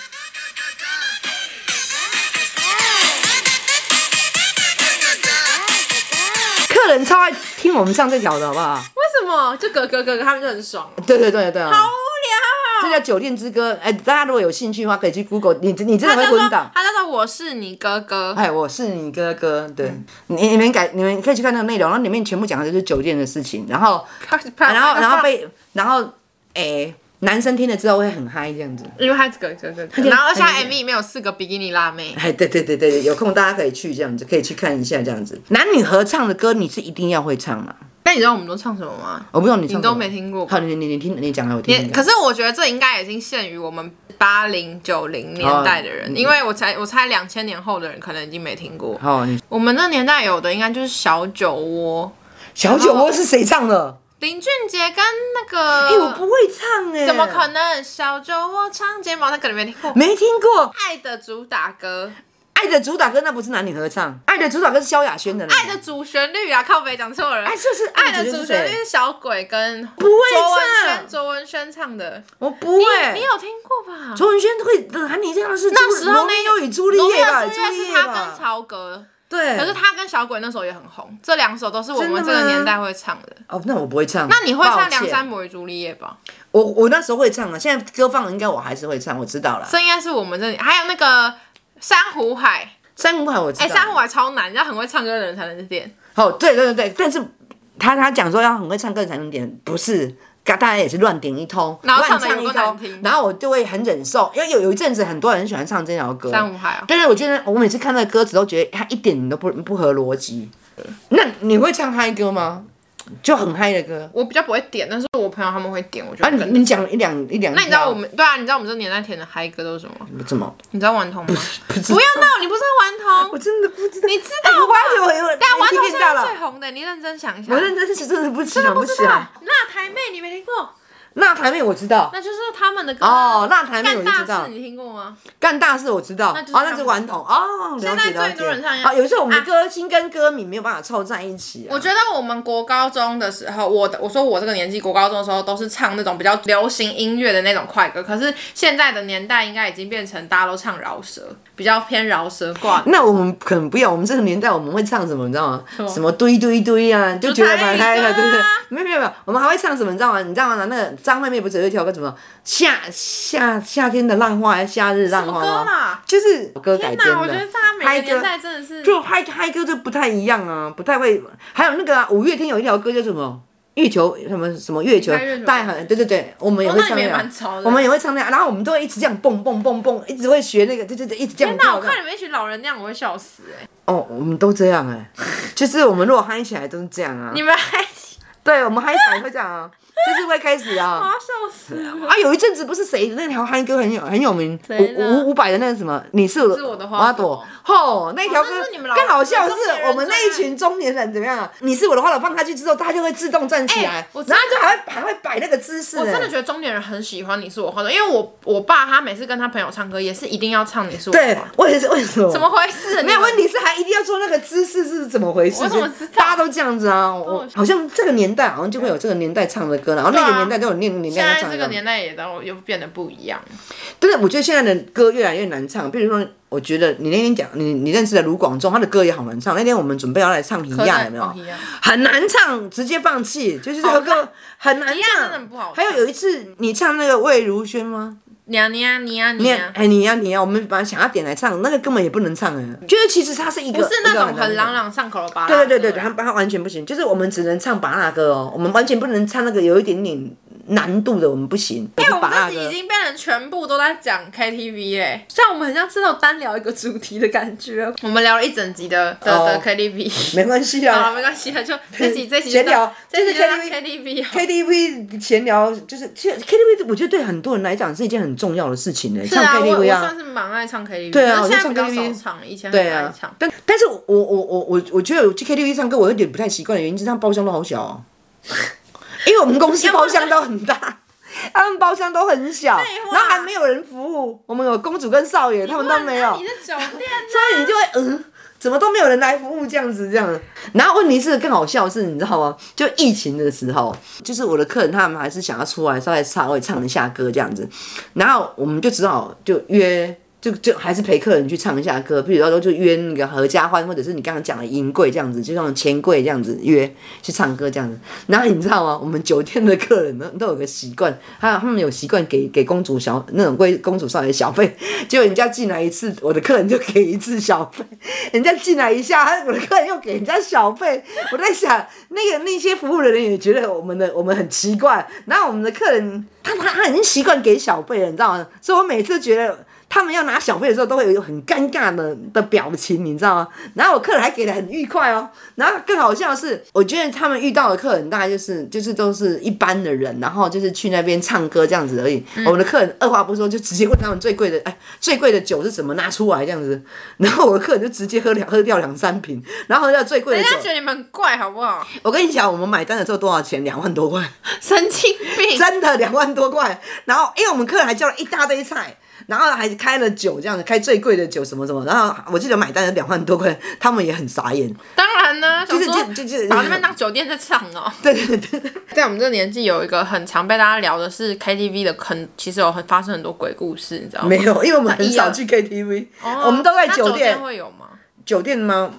[SPEAKER 1] 客人超爱听我们唱这条的好不好？
[SPEAKER 2] 为什么？就哥哥哥哥他们就很爽，好
[SPEAKER 1] 对对对对啊，
[SPEAKER 2] 无
[SPEAKER 1] 这
[SPEAKER 2] 聊。
[SPEAKER 1] 叫酒店之歌。哎，大家如果有兴趣的话，可以去 Google，你你真
[SPEAKER 2] 他
[SPEAKER 1] 的会
[SPEAKER 2] 叫做
[SPEAKER 1] 昏倒。
[SPEAKER 2] 他叫做我是你哥哥，
[SPEAKER 1] 哎，我是你哥哥，对，你你们改，你们可以去看那个内容，然后里面全部讲的就是酒店的事情，然后，然后，然后被，然后，哎、男生听了之后会很嗨这样子。
[SPEAKER 2] 因为他是哥哥哥哥，
[SPEAKER 1] 就
[SPEAKER 2] 然后而且他
[SPEAKER 1] 很
[SPEAKER 2] MV 里面有四个比基尼辣妹，
[SPEAKER 1] 哎，对对对对对，有空大家可以去这样子，可以去看一下这样子。男女合唱的歌你是一定要会唱嘛？
[SPEAKER 2] 那你知道我们都唱什么吗？
[SPEAKER 1] 我不知道你唱
[SPEAKER 2] 你
[SPEAKER 1] 什么
[SPEAKER 2] 都没听过吧
[SPEAKER 1] 好，你你你听，你讲来我听
[SPEAKER 2] 也
[SPEAKER 1] 听
[SPEAKER 2] 可
[SPEAKER 1] 看。
[SPEAKER 2] 是我觉得这应该已经限于我们八零九零年代的人，
[SPEAKER 1] 哦
[SPEAKER 2] 因为我才我猜两千年后的人可能已经没听过。
[SPEAKER 1] 好，你
[SPEAKER 2] 我们那年代有的应该就是小酒窝，
[SPEAKER 1] 小酒窝是谁唱的？
[SPEAKER 2] 林俊杰跟那
[SPEAKER 1] 哎、我
[SPEAKER 2] 个
[SPEAKER 1] 不会唱哎、
[SPEAKER 2] 呃怎么可能？小酒窝长睫毛那个你没听过？
[SPEAKER 1] 没听过？
[SPEAKER 2] 爱的主打歌，
[SPEAKER 1] 爱的主打歌那不是男女合唱，爱的主打歌是萧亚轩的呢。
[SPEAKER 2] 爱的主旋律啊，靠北讲错了
[SPEAKER 1] 哎，。这是
[SPEAKER 2] 爱的主旋律
[SPEAKER 1] 谁
[SPEAKER 2] 是小鬼跟
[SPEAKER 1] 不会
[SPEAKER 2] 卓文
[SPEAKER 1] 唱
[SPEAKER 2] 萱，卓文萱唱的，
[SPEAKER 1] 我不会。
[SPEAKER 2] 你有听过吧？
[SPEAKER 1] 卓文萱会喊你这样的是
[SPEAKER 2] 那时候
[SPEAKER 1] 罗
[SPEAKER 2] 那
[SPEAKER 1] 密欧与朱丽叶吧？
[SPEAKER 2] 罗密
[SPEAKER 1] 朱
[SPEAKER 2] 欧与朱
[SPEAKER 1] 丽
[SPEAKER 2] 丽叶
[SPEAKER 1] 叶
[SPEAKER 2] 是他跟
[SPEAKER 1] 吧？
[SPEAKER 2] 曹格。
[SPEAKER 1] 对。
[SPEAKER 2] 可是他跟小鬼那时候也很红，这两首都是我们这
[SPEAKER 1] 真的
[SPEAKER 2] 个
[SPEAKER 1] 吗
[SPEAKER 2] 年代会唱的。
[SPEAKER 1] 哦，那我不会唱。
[SPEAKER 2] 那你会
[SPEAKER 1] 抱
[SPEAKER 2] 唱《
[SPEAKER 1] 歉
[SPEAKER 2] 梁山伯与朱丽叶》吧？
[SPEAKER 1] 我我那时候会唱啊，现在歌放了应该我还是会唱，我知道了。
[SPEAKER 2] 这应该是我们这里，还有那个《珊瑚海》
[SPEAKER 1] 珊瑚海我知道。
[SPEAKER 2] 哎，《珊瑚海》超难，要很会唱歌的人才能点。
[SPEAKER 1] 哦，对对对对，但是他他讲说要很会唱歌才能点，不是。大家也是乱点一通，
[SPEAKER 2] 然后
[SPEAKER 1] 乱
[SPEAKER 2] 唱得
[SPEAKER 1] 唱一
[SPEAKER 2] 有多难
[SPEAKER 1] 通
[SPEAKER 2] 听，
[SPEAKER 1] 然后我就会很忍受，因为有有一阵子很多人喜欢唱这条歌，
[SPEAKER 2] 《珊瑚海》啊，
[SPEAKER 1] 但是我觉得我每次看那个歌词都觉得它一点都不不合逻辑。那你会唱嗨歌吗？就很嗨的歌
[SPEAKER 2] 我比较不会点，但是我朋友他们会点，我觉
[SPEAKER 1] 啊！
[SPEAKER 2] 得
[SPEAKER 1] 你
[SPEAKER 2] 更。
[SPEAKER 1] 你讲一两一两条，
[SPEAKER 2] 那你知道我们对啊？你知道我们这个年代填的嗨歌都是什么吗？
[SPEAKER 1] 怎么？
[SPEAKER 2] 你知道顽童吗？
[SPEAKER 1] 不知
[SPEAKER 2] 不要闹，你不知道顽
[SPEAKER 1] 我
[SPEAKER 2] 童？
[SPEAKER 1] 真的不知道。
[SPEAKER 2] 你知道吧
[SPEAKER 1] 哎我发觉我有
[SPEAKER 2] 但
[SPEAKER 1] 年
[SPEAKER 2] 顽
[SPEAKER 1] 纪
[SPEAKER 2] 童
[SPEAKER 1] 变
[SPEAKER 2] 现
[SPEAKER 1] 大
[SPEAKER 2] 在是最
[SPEAKER 1] 了，
[SPEAKER 2] 红的，你认真想一下。
[SPEAKER 1] 我认真是真的不知道，
[SPEAKER 2] 不
[SPEAKER 1] 不
[SPEAKER 2] 知
[SPEAKER 1] 起
[SPEAKER 2] 道
[SPEAKER 1] 来。
[SPEAKER 2] 那台妹你没听过？
[SPEAKER 1] 那台妹我知道，
[SPEAKER 2] 那就是他们的歌啊。
[SPEAKER 1] 哦，那台妹我
[SPEAKER 2] 干
[SPEAKER 1] 就知
[SPEAKER 2] 大
[SPEAKER 1] 道
[SPEAKER 2] 事，你听过吗？
[SPEAKER 1] 干大事我知道，哦
[SPEAKER 2] 那就是，
[SPEAKER 1] 那
[SPEAKER 2] 他
[SPEAKER 1] 是
[SPEAKER 2] 们
[SPEAKER 1] 顽童哦，了
[SPEAKER 2] 现在
[SPEAKER 1] 解了
[SPEAKER 2] 最多人唱
[SPEAKER 1] 解。
[SPEAKER 2] 呀
[SPEAKER 1] 啊，有时候我们
[SPEAKER 2] 啊
[SPEAKER 1] 歌星跟歌迷没有办法凑在一起啊。
[SPEAKER 2] 我觉得我们国高中的时候，我的我说我这个年纪国高中的时候都是唱那种比较流行音乐的那种快歌，可是现在的年代应该已经变成大家都唱饶舌，比较偏饶舌挂 的。
[SPEAKER 1] 那我们可能不要，我们这个年代我们会唱什么，你知道吗？
[SPEAKER 2] 么
[SPEAKER 1] 什么堆堆堆啊，就觉得蛮嗨的，
[SPEAKER 2] 就台语歌啊
[SPEAKER 1] 对不对？没有没有没有，我们还会唱什么，你知道吗？你知道吗？那个张惠妹不是有一条歌什么夏夏夏天的浪花还是夏日浪
[SPEAKER 2] 什
[SPEAKER 1] 花
[SPEAKER 2] 么
[SPEAKER 1] 吗？
[SPEAKER 2] 歌啦？
[SPEAKER 1] 就是歌改
[SPEAKER 2] 天
[SPEAKER 1] 编
[SPEAKER 2] 哪，我觉得
[SPEAKER 1] 的。
[SPEAKER 2] 大家每
[SPEAKER 1] 嗨
[SPEAKER 2] 个
[SPEAKER 1] 歌
[SPEAKER 2] 年代真的是
[SPEAKER 1] 就嗨嗨歌就不太一样啊，不太会。还有那个啊五月天有一条歌叫什么？月球什么什么月球
[SPEAKER 2] 白月球
[SPEAKER 1] 大海，对对对，我们也
[SPEAKER 2] 哦
[SPEAKER 1] 会
[SPEAKER 2] 那你
[SPEAKER 1] 唱那
[SPEAKER 2] 们也
[SPEAKER 1] 个
[SPEAKER 2] 蛮潮，的
[SPEAKER 1] 我们也会唱那个，然后我们都会一直这样蹦蹦蹦蹦，一直会学那个，对对对，一直这样
[SPEAKER 2] 天哪！
[SPEAKER 1] 跳
[SPEAKER 2] 我
[SPEAKER 1] 的。
[SPEAKER 2] 看你们一群老人那样，我会笑死哎、
[SPEAKER 1] 哦，我们都这样哎、就是我们如果嗨起来都是这样啊
[SPEAKER 2] 你。们还
[SPEAKER 1] 对，我们嗨起来会这样啊，就是会开始
[SPEAKER 2] 我要
[SPEAKER 1] 啊。
[SPEAKER 2] 笑死了。
[SPEAKER 1] 啊，有一阵子不是谁那条嗨歌很有很有名，
[SPEAKER 2] 谁
[SPEAKER 1] 五
[SPEAKER 2] 呢
[SPEAKER 1] 五五百的那个什么，你是我
[SPEAKER 2] 是我的花
[SPEAKER 1] 花
[SPEAKER 2] 朵哦
[SPEAKER 1] 朵，吼，那条歌
[SPEAKER 2] 那是你们老
[SPEAKER 1] 更好笑的
[SPEAKER 2] 中年
[SPEAKER 1] 是，
[SPEAKER 2] 人
[SPEAKER 1] 我们那一群中年人怎么样啊？你是我的花朵，放下去之后，它就会自动站起来，
[SPEAKER 2] 哎我真
[SPEAKER 1] 然
[SPEAKER 2] 的
[SPEAKER 1] 后就还会还会摆那个姿势、
[SPEAKER 2] 我真的
[SPEAKER 1] 哎
[SPEAKER 2] 觉得中年人很喜欢《你是我花朵》，因为我我爸他每次跟他朋友唱歌也是一定要唱《你是我花朵
[SPEAKER 1] 对》，，我也是为什么？
[SPEAKER 2] 怎么回事？
[SPEAKER 1] 没有问
[SPEAKER 2] 题。
[SPEAKER 1] 题是还一定要做那个姿势是怎么回事？
[SPEAKER 2] 我怎么知道哦
[SPEAKER 1] 大家都这样子啊，我好像这个年代好像就会有这个年代唱的歌，然后那
[SPEAKER 2] 对
[SPEAKER 1] 个
[SPEAKER 2] 啊
[SPEAKER 1] 年代都有那个年
[SPEAKER 2] 现
[SPEAKER 1] 代在
[SPEAKER 2] 在
[SPEAKER 1] 唱
[SPEAKER 2] 这
[SPEAKER 1] 的
[SPEAKER 2] 个
[SPEAKER 1] 歌。
[SPEAKER 2] 年代也都又变得不一样，
[SPEAKER 1] 但是我觉得现在的歌越来越难唱，比如说，我觉得你那天讲你你认识的卢广仲，他的歌也好难唱。那天我们准备要来唱《一
[SPEAKER 2] 可
[SPEAKER 1] 样》，
[SPEAKER 2] 能
[SPEAKER 1] 有没有
[SPEAKER 2] 哦？一样
[SPEAKER 1] 很难唱，直接放弃，就是这个歌很难
[SPEAKER 2] 一样
[SPEAKER 1] 唱，
[SPEAKER 2] 真的很不好唱
[SPEAKER 1] 还有有一次你唱那个魏如萱吗？
[SPEAKER 2] 娘娘娘
[SPEAKER 1] 你
[SPEAKER 2] 娘，
[SPEAKER 1] 哎你呀你呀，我们本来想要点来唱，那个根本也不能唱哎，就是其实它是一个
[SPEAKER 2] 不是那
[SPEAKER 1] 一个
[SPEAKER 2] 种
[SPEAKER 1] 难
[SPEAKER 2] 很朗朗上口的吧？
[SPEAKER 1] 啊对对对对，他他完全不行，就是我们只能唱巴拉歌哦，我们完全不能唱那个有一点点难度的，我们不行。因
[SPEAKER 2] 哎，我
[SPEAKER 1] 巴拉
[SPEAKER 2] 们自己
[SPEAKER 1] 歌
[SPEAKER 2] 已，经变成全部都在讲 KTV 哎，像我们很像是那种单聊一个主题的感觉。我们聊了一整集的的的
[SPEAKER 1] 哦
[SPEAKER 2] KTV，
[SPEAKER 1] 没关系
[SPEAKER 2] 好了，
[SPEAKER 1] 啊
[SPEAKER 2] 没关系啊，就这集这集
[SPEAKER 1] 闲聊
[SPEAKER 2] 就到这集
[SPEAKER 1] 就是
[SPEAKER 2] 就到
[SPEAKER 1] KTV
[SPEAKER 2] KTV 好了
[SPEAKER 1] ，KTV 闲聊就是其实 KTV，我觉得对很多人来讲是一件很重要的事情呢、
[SPEAKER 2] 是
[SPEAKER 1] 唱
[SPEAKER 2] 啊，我我
[SPEAKER 1] KTV 啊
[SPEAKER 2] 算。是蛮爱唱 KTV，
[SPEAKER 1] 对啊
[SPEAKER 2] 可是现在
[SPEAKER 1] 我就唱
[SPEAKER 2] 比较少
[SPEAKER 1] KTV
[SPEAKER 2] 唱，以前很
[SPEAKER 1] 对
[SPEAKER 2] 爱
[SPEAKER 1] 啊
[SPEAKER 2] 唱，。
[SPEAKER 1] 但但是我我我我我觉得我去 KTV 唱歌，我有点不太习惯的原因，就是他们包厢都好小、 哦，因为我们公司包厢都很大，他们包厢都很小，
[SPEAKER 2] 话
[SPEAKER 1] 然后还没有人服务，我们有公主跟少爷，他们都没有。
[SPEAKER 2] 你是酒 店
[SPEAKER 1] 所以你就会嗯，怎么都没有人来服务这样子这样。然后问题是更好笑的是，你知道吗？就疫情的时候，就是我的客人他们还是想要出来稍微稍微唱一下歌这样子，然后我们就只好就约。就就还是陪客人去唱一下歌，譬如说就约那个合家欢，或者是你刚刚讲的银柜这样子，就像钱柜这样子约去唱歌这样子。然后你知道吗？我们酒店的客人呢都有个习惯，还有他们有习惯给给公主小那种贵公主少爷小费，结果人家进来一次，我的客人就给一次小费，人家进来一下，他我的客人又给人家小费。我在想，那个那些服务人员也觉得我们的我们很奇怪，然后我们的客人他他他已经习惯给小费了，你知道吗？所以我每次觉得。他们要拿小费的时候，都会有一个很尴尬的的表情，你知道吗？然后我客人还给的很愉快哦。然后更好笑的是，我觉得他们遇到的客人大概就是就是都是一般的人，然后就是去那边唱歌这样子而已。
[SPEAKER 2] 嗯
[SPEAKER 1] 我们的客人二话不说就直接问他们最贵的哎最贵的酒是什么拿出来这样子，然后我的客人就直接喝两喝掉两三瓶，然后要最贵的
[SPEAKER 2] 人
[SPEAKER 1] 酒
[SPEAKER 2] 家。觉得你们很怪好不 好？
[SPEAKER 1] 我跟你讲，我们买单的时候多少钱？两万多块。
[SPEAKER 2] 神经病！
[SPEAKER 1] 真的两万多块。然后因为我们客人还叫了一大堆菜，然后还开了酒这样子，开最贵的酒什么什么。然后我记得买单的两万多块，他们也很傻眼。
[SPEAKER 2] 当然呢，就是说
[SPEAKER 1] 就就就
[SPEAKER 2] 把那边当酒店在唱哦。
[SPEAKER 1] 对对对，
[SPEAKER 2] 在我们这个年纪，有一个很常被大家聊的是 KTV 的坑，其实有很发生很多鬼故事，你知道吗？
[SPEAKER 1] 没有， 因为我们很
[SPEAKER 2] 哎
[SPEAKER 1] 少
[SPEAKER 2] 呀
[SPEAKER 1] 去 KTV，、
[SPEAKER 2] 哦
[SPEAKER 1] 我们都在
[SPEAKER 2] 那
[SPEAKER 1] 酒
[SPEAKER 2] 酒
[SPEAKER 1] 店。
[SPEAKER 2] 会有吗？
[SPEAKER 1] 酒店吗？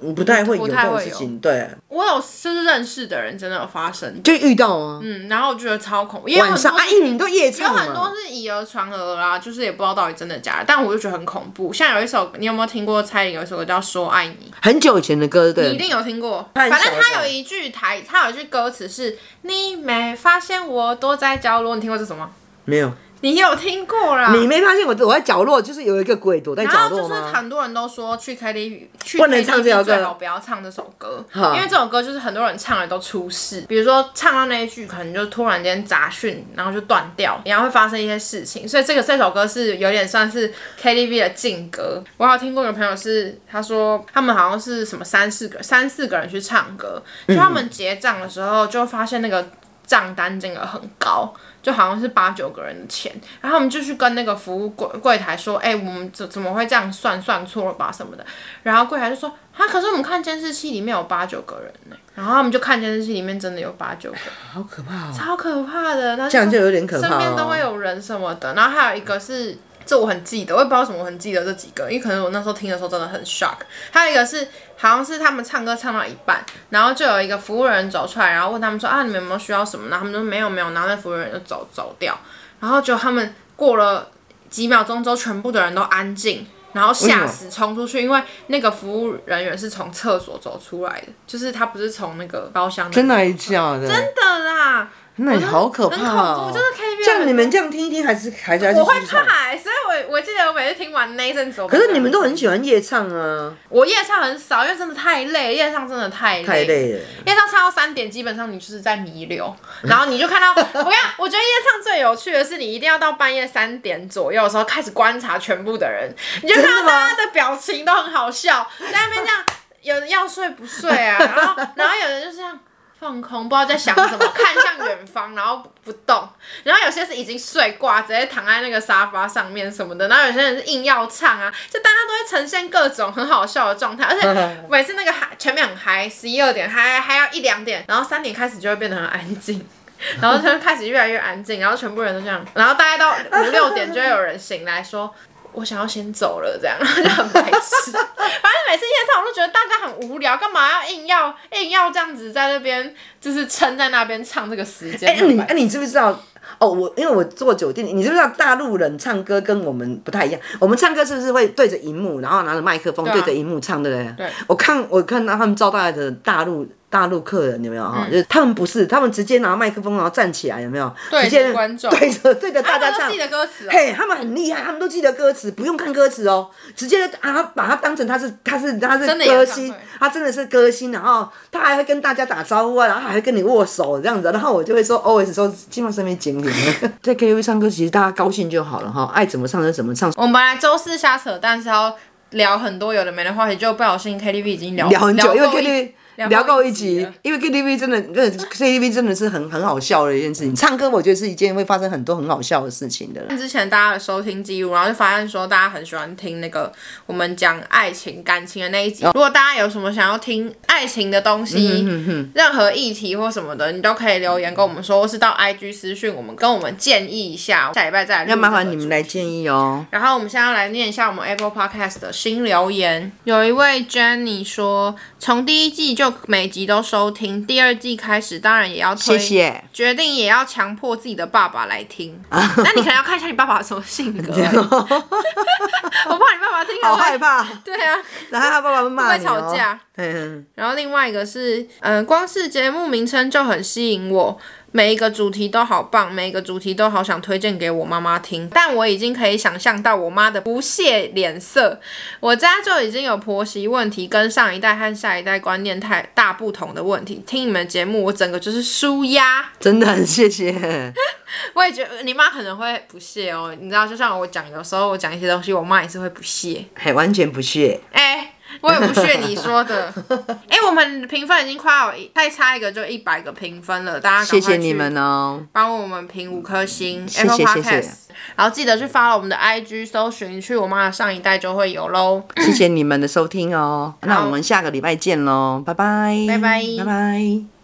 [SPEAKER 1] 不不太会有
[SPEAKER 2] 不
[SPEAKER 1] 这
[SPEAKER 2] 太
[SPEAKER 1] 种
[SPEAKER 2] 会
[SPEAKER 1] 事情，对，
[SPEAKER 2] 我有就是认识的人真的有发生，
[SPEAKER 1] 就遇到啊。
[SPEAKER 2] 嗯，然后我觉得超恐怖，因为
[SPEAKER 1] 晚
[SPEAKER 2] 很
[SPEAKER 1] 上
[SPEAKER 2] 多
[SPEAKER 1] 啊，因为你们都夜
[SPEAKER 2] 有
[SPEAKER 1] 唱
[SPEAKER 2] 很多
[SPEAKER 1] 嘛，
[SPEAKER 2] 是以讹传讹啦，就是也不知道到底真的假的，但我就觉得很恐怖。像有一首，你有没有听过蔡依林有一首歌叫《说爱你》？
[SPEAKER 1] 很久以前的歌，
[SPEAKER 2] 你一
[SPEAKER 1] 对，
[SPEAKER 2] 定有听过。
[SPEAKER 1] 他
[SPEAKER 2] 反
[SPEAKER 1] 很小
[SPEAKER 2] 正他
[SPEAKER 1] 的
[SPEAKER 2] 有一句台，他有一句歌词是“你没发现我躲在角落”，你听过这首吗？
[SPEAKER 1] 没有，
[SPEAKER 2] 你有听过啦。
[SPEAKER 1] 你没发现我我在角落，就是有一个鬼躲在
[SPEAKER 2] 然
[SPEAKER 1] 角
[SPEAKER 2] 后就
[SPEAKER 1] 落
[SPEAKER 2] 是
[SPEAKER 1] 吗？
[SPEAKER 2] 很多人都说去 KTV 去
[SPEAKER 1] 不能唱这首
[SPEAKER 2] KTV
[SPEAKER 1] 歌
[SPEAKER 2] 最好不要唱这首歌，
[SPEAKER 1] 好
[SPEAKER 2] 因为这首歌就是很多人唱了都出事，比如说唱到那一句，可能就突然间杂讯，然后就断掉，然后会发生一些事情。所以这个这首歌是有点算是 KTV 的禁歌。我还有听过有朋友是他说他们好像是什么三四个三四个人去唱歌，就他们结账的时候就发现那个账单金额很高，就好像是八九个人的钱，然后我们就去跟那个服务柜柜台说，哎、我们怎怎么会这样算，算错了吧什么的，然后柜台就说，啊，可是我们看监视器里面有八九个人呢、然后他们就看监视器里面真的有八九个，
[SPEAKER 1] 好可怕哦，
[SPEAKER 2] 超可怕的，那
[SPEAKER 1] 这样就有点可怕
[SPEAKER 2] 身边都会
[SPEAKER 1] 哦。
[SPEAKER 2] 有人什么的，然后还有一个是。这我很记得，我也不知道为什么我很记得这几个，因为可能我那时候听的时候真的很 shock。还有一个是，好像是他们唱歌唱到一半，然后就有一个服务人走出来，然后问他们说啊，你们有没有需要什么？然后他们说没有没有，然后那服务人就走走掉，然后就他们过了几秒钟之后，全部的人都安静，然后吓死冲出去，因为那个服务人员是从厕所走出来的，就是他不是从那个包厢的
[SPEAKER 1] 真的还是假的？啊
[SPEAKER 2] 真的啦，
[SPEAKER 1] 那也好可怕
[SPEAKER 2] 很恐怖，
[SPEAKER 1] 哦
[SPEAKER 2] 就是！KTV 边
[SPEAKER 1] 像你们这样听一听，还是还是还是
[SPEAKER 2] 我会
[SPEAKER 1] 继续唱。
[SPEAKER 2] 怕、欸，所以我我记得我每次听完那一阵子，
[SPEAKER 1] 可是你们都很喜欢夜唱啊，
[SPEAKER 2] 我夜唱很少，因为真的太累，夜唱真的太累
[SPEAKER 1] 太累了。
[SPEAKER 2] 夜唱唱到三点，基本上你就是在弥 留，然后你就看到，我跟你讲，我觉得夜唱最有趣的是，你一定要到半夜三点左右的时候开始观察全部的人，你就看
[SPEAKER 1] 真的
[SPEAKER 2] 到
[SPEAKER 1] 吗
[SPEAKER 2] 大家的表情都很好笑，在那边这样，有人要睡不睡啊，然后然后有人就是这样。放空，不知道在想什么，看向远方，然后不动。然后有些是已经睡挂，直接躺在那个沙发上面什么的。然后有些人是硬要唱啊，就大家都会呈现各种很好笑的状态。而且每次那个嗨，前面很嗨，十一二点嗨，嗨到一两点，然后三点开始就会变得很安静。然后就开始越来越安静，然后全部人都这样，然后大概到五六点就会有人醒来说。我想要先走了，这样就很白 痴。反正每次夜唱，我都觉得大家很无聊，干嘛要硬要硬要这样子在那边，就是撑在那边唱这个时间？
[SPEAKER 1] 哎、
[SPEAKER 2] 很
[SPEAKER 1] 你
[SPEAKER 2] 白
[SPEAKER 1] 哎、你知不知道？哦，我因为我做酒店，你知不知道大陆人唱歌跟我们不太一样？我们唱歌是不是会对着荧幕，然后拿着麦克风
[SPEAKER 2] 对啊
[SPEAKER 1] 对着荧幕唱，对不对？
[SPEAKER 2] 对
[SPEAKER 1] 我看我看到他们招待的大陆大陆客人有没有哈、
[SPEAKER 2] 嗯
[SPEAKER 1] 就是他们不是，他们直接拿麦克风然后站起来，有没有？
[SPEAKER 2] 对
[SPEAKER 1] 直
[SPEAKER 2] 着
[SPEAKER 1] 接
[SPEAKER 2] 观众
[SPEAKER 1] 对着对哎着大家
[SPEAKER 2] 他们都
[SPEAKER 1] 唱
[SPEAKER 2] 记。得歌词、哦。
[SPEAKER 1] 嘿，他们很厉害，他们都记得歌词，不用看歌词哦，直接啊把他当成他是他是他是
[SPEAKER 2] 真的演
[SPEAKER 1] 歌
[SPEAKER 2] 唱
[SPEAKER 1] 星
[SPEAKER 2] 会，
[SPEAKER 1] 他真的是歌星，然后他还会跟大家打招呼啊，然后还会跟你握手这样子，然后我就会说 always 说基本上面经理 在 KTV 唱歌，其实大家高兴就好了哈，爱怎么唱就怎么唱。
[SPEAKER 2] 我们本来周四瞎扯淡是要聊很多有的没的话题，就不小心 KTV 已经聊
[SPEAKER 1] 聊很久，因为
[SPEAKER 2] 够一
[SPEAKER 1] KTV
[SPEAKER 2] 聊
[SPEAKER 1] 聊
[SPEAKER 2] 够
[SPEAKER 1] 够
[SPEAKER 2] 一
[SPEAKER 1] 一
[SPEAKER 2] 集
[SPEAKER 1] 集
[SPEAKER 2] 了，
[SPEAKER 1] 因为 KTV 真的，真的 KTV 真的是很很好笑的一件事情。唱歌我觉得是一件会发生很多很好笑的事情的。
[SPEAKER 2] 看之前大家的收听记录，然后就发现说大家很喜欢听那个我们讲爱情感情的那一集。
[SPEAKER 1] 哦
[SPEAKER 2] 如果大家有什么想要听爱情的东
[SPEAKER 1] 嗯
[SPEAKER 2] 西，任何议题或什么的，你都可以留言跟我们说，或是到 IG 私讯我们，跟我们建议一下，下礼拜再来。
[SPEAKER 1] 要麻烦你们。来建议哦。
[SPEAKER 2] 然后我们现在来念一下我们 Apple Podcast 的新留言。有一位 Jenny 说，从第一季就每集都收听，第二季开始当然也要推，
[SPEAKER 1] 谢谢
[SPEAKER 2] 决定也要强迫自己的爸爸来听。那你可能要看一下你爸爸什么性 格、欸 我怕你爸爸听了
[SPEAKER 1] 哦好
[SPEAKER 2] 会
[SPEAKER 1] 害。怕，
[SPEAKER 2] 对啊，
[SPEAKER 1] 然后他爸爸会骂你、哦、
[SPEAKER 2] 会吵架。
[SPEAKER 1] 嗯，
[SPEAKER 2] 然后另外一个是，嗯、光是节目名称就很吸引我，每一个主题都好棒，每一个主题都好想推荐给我妈妈听。但我已经可以想象到我妈的不屑脸色。我家就已经有婆媳问题，跟上一代和下一代观念太大不同的问题。听你们节目，我整个就是舒压。
[SPEAKER 1] 真的很谢谢。
[SPEAKER 2] 我也觉得你妈可能会不屑哦，你知道，就像我讲，有时候我讲一些东西，我妈也是会不屑。
[SPEAKER 1] 还完全不屑，
[SPEAKER 2] 哎、我也不屑你 说的。哎、我们评分已经快要一再差一个就一百个评分了，大家
[SPEAKER 1] 谢
[SPEAKER 2] 啊赶快
[SPEAKER 1] 谢
[SPEAKER 2] 去
[SPEAKER 1] 你们哦。
[SPEAKER 2] 帮我们评五颗星
[SPEAKER 1] 谢
[SPEAKER 2] ，Apple
[SPEAKER 1] 谢谢谢
[SPEAKER 2] Podcast，然后记得去发了我们的 IG 搜寻，去我妈的上一代就会有喽。
[SPEAKER 1] 谢谢你们的收听哦。那我们下个礼拜见喽，拜拜，
[SPEAKER 2] 拜拜
[SPEAKER 1] 拜拜。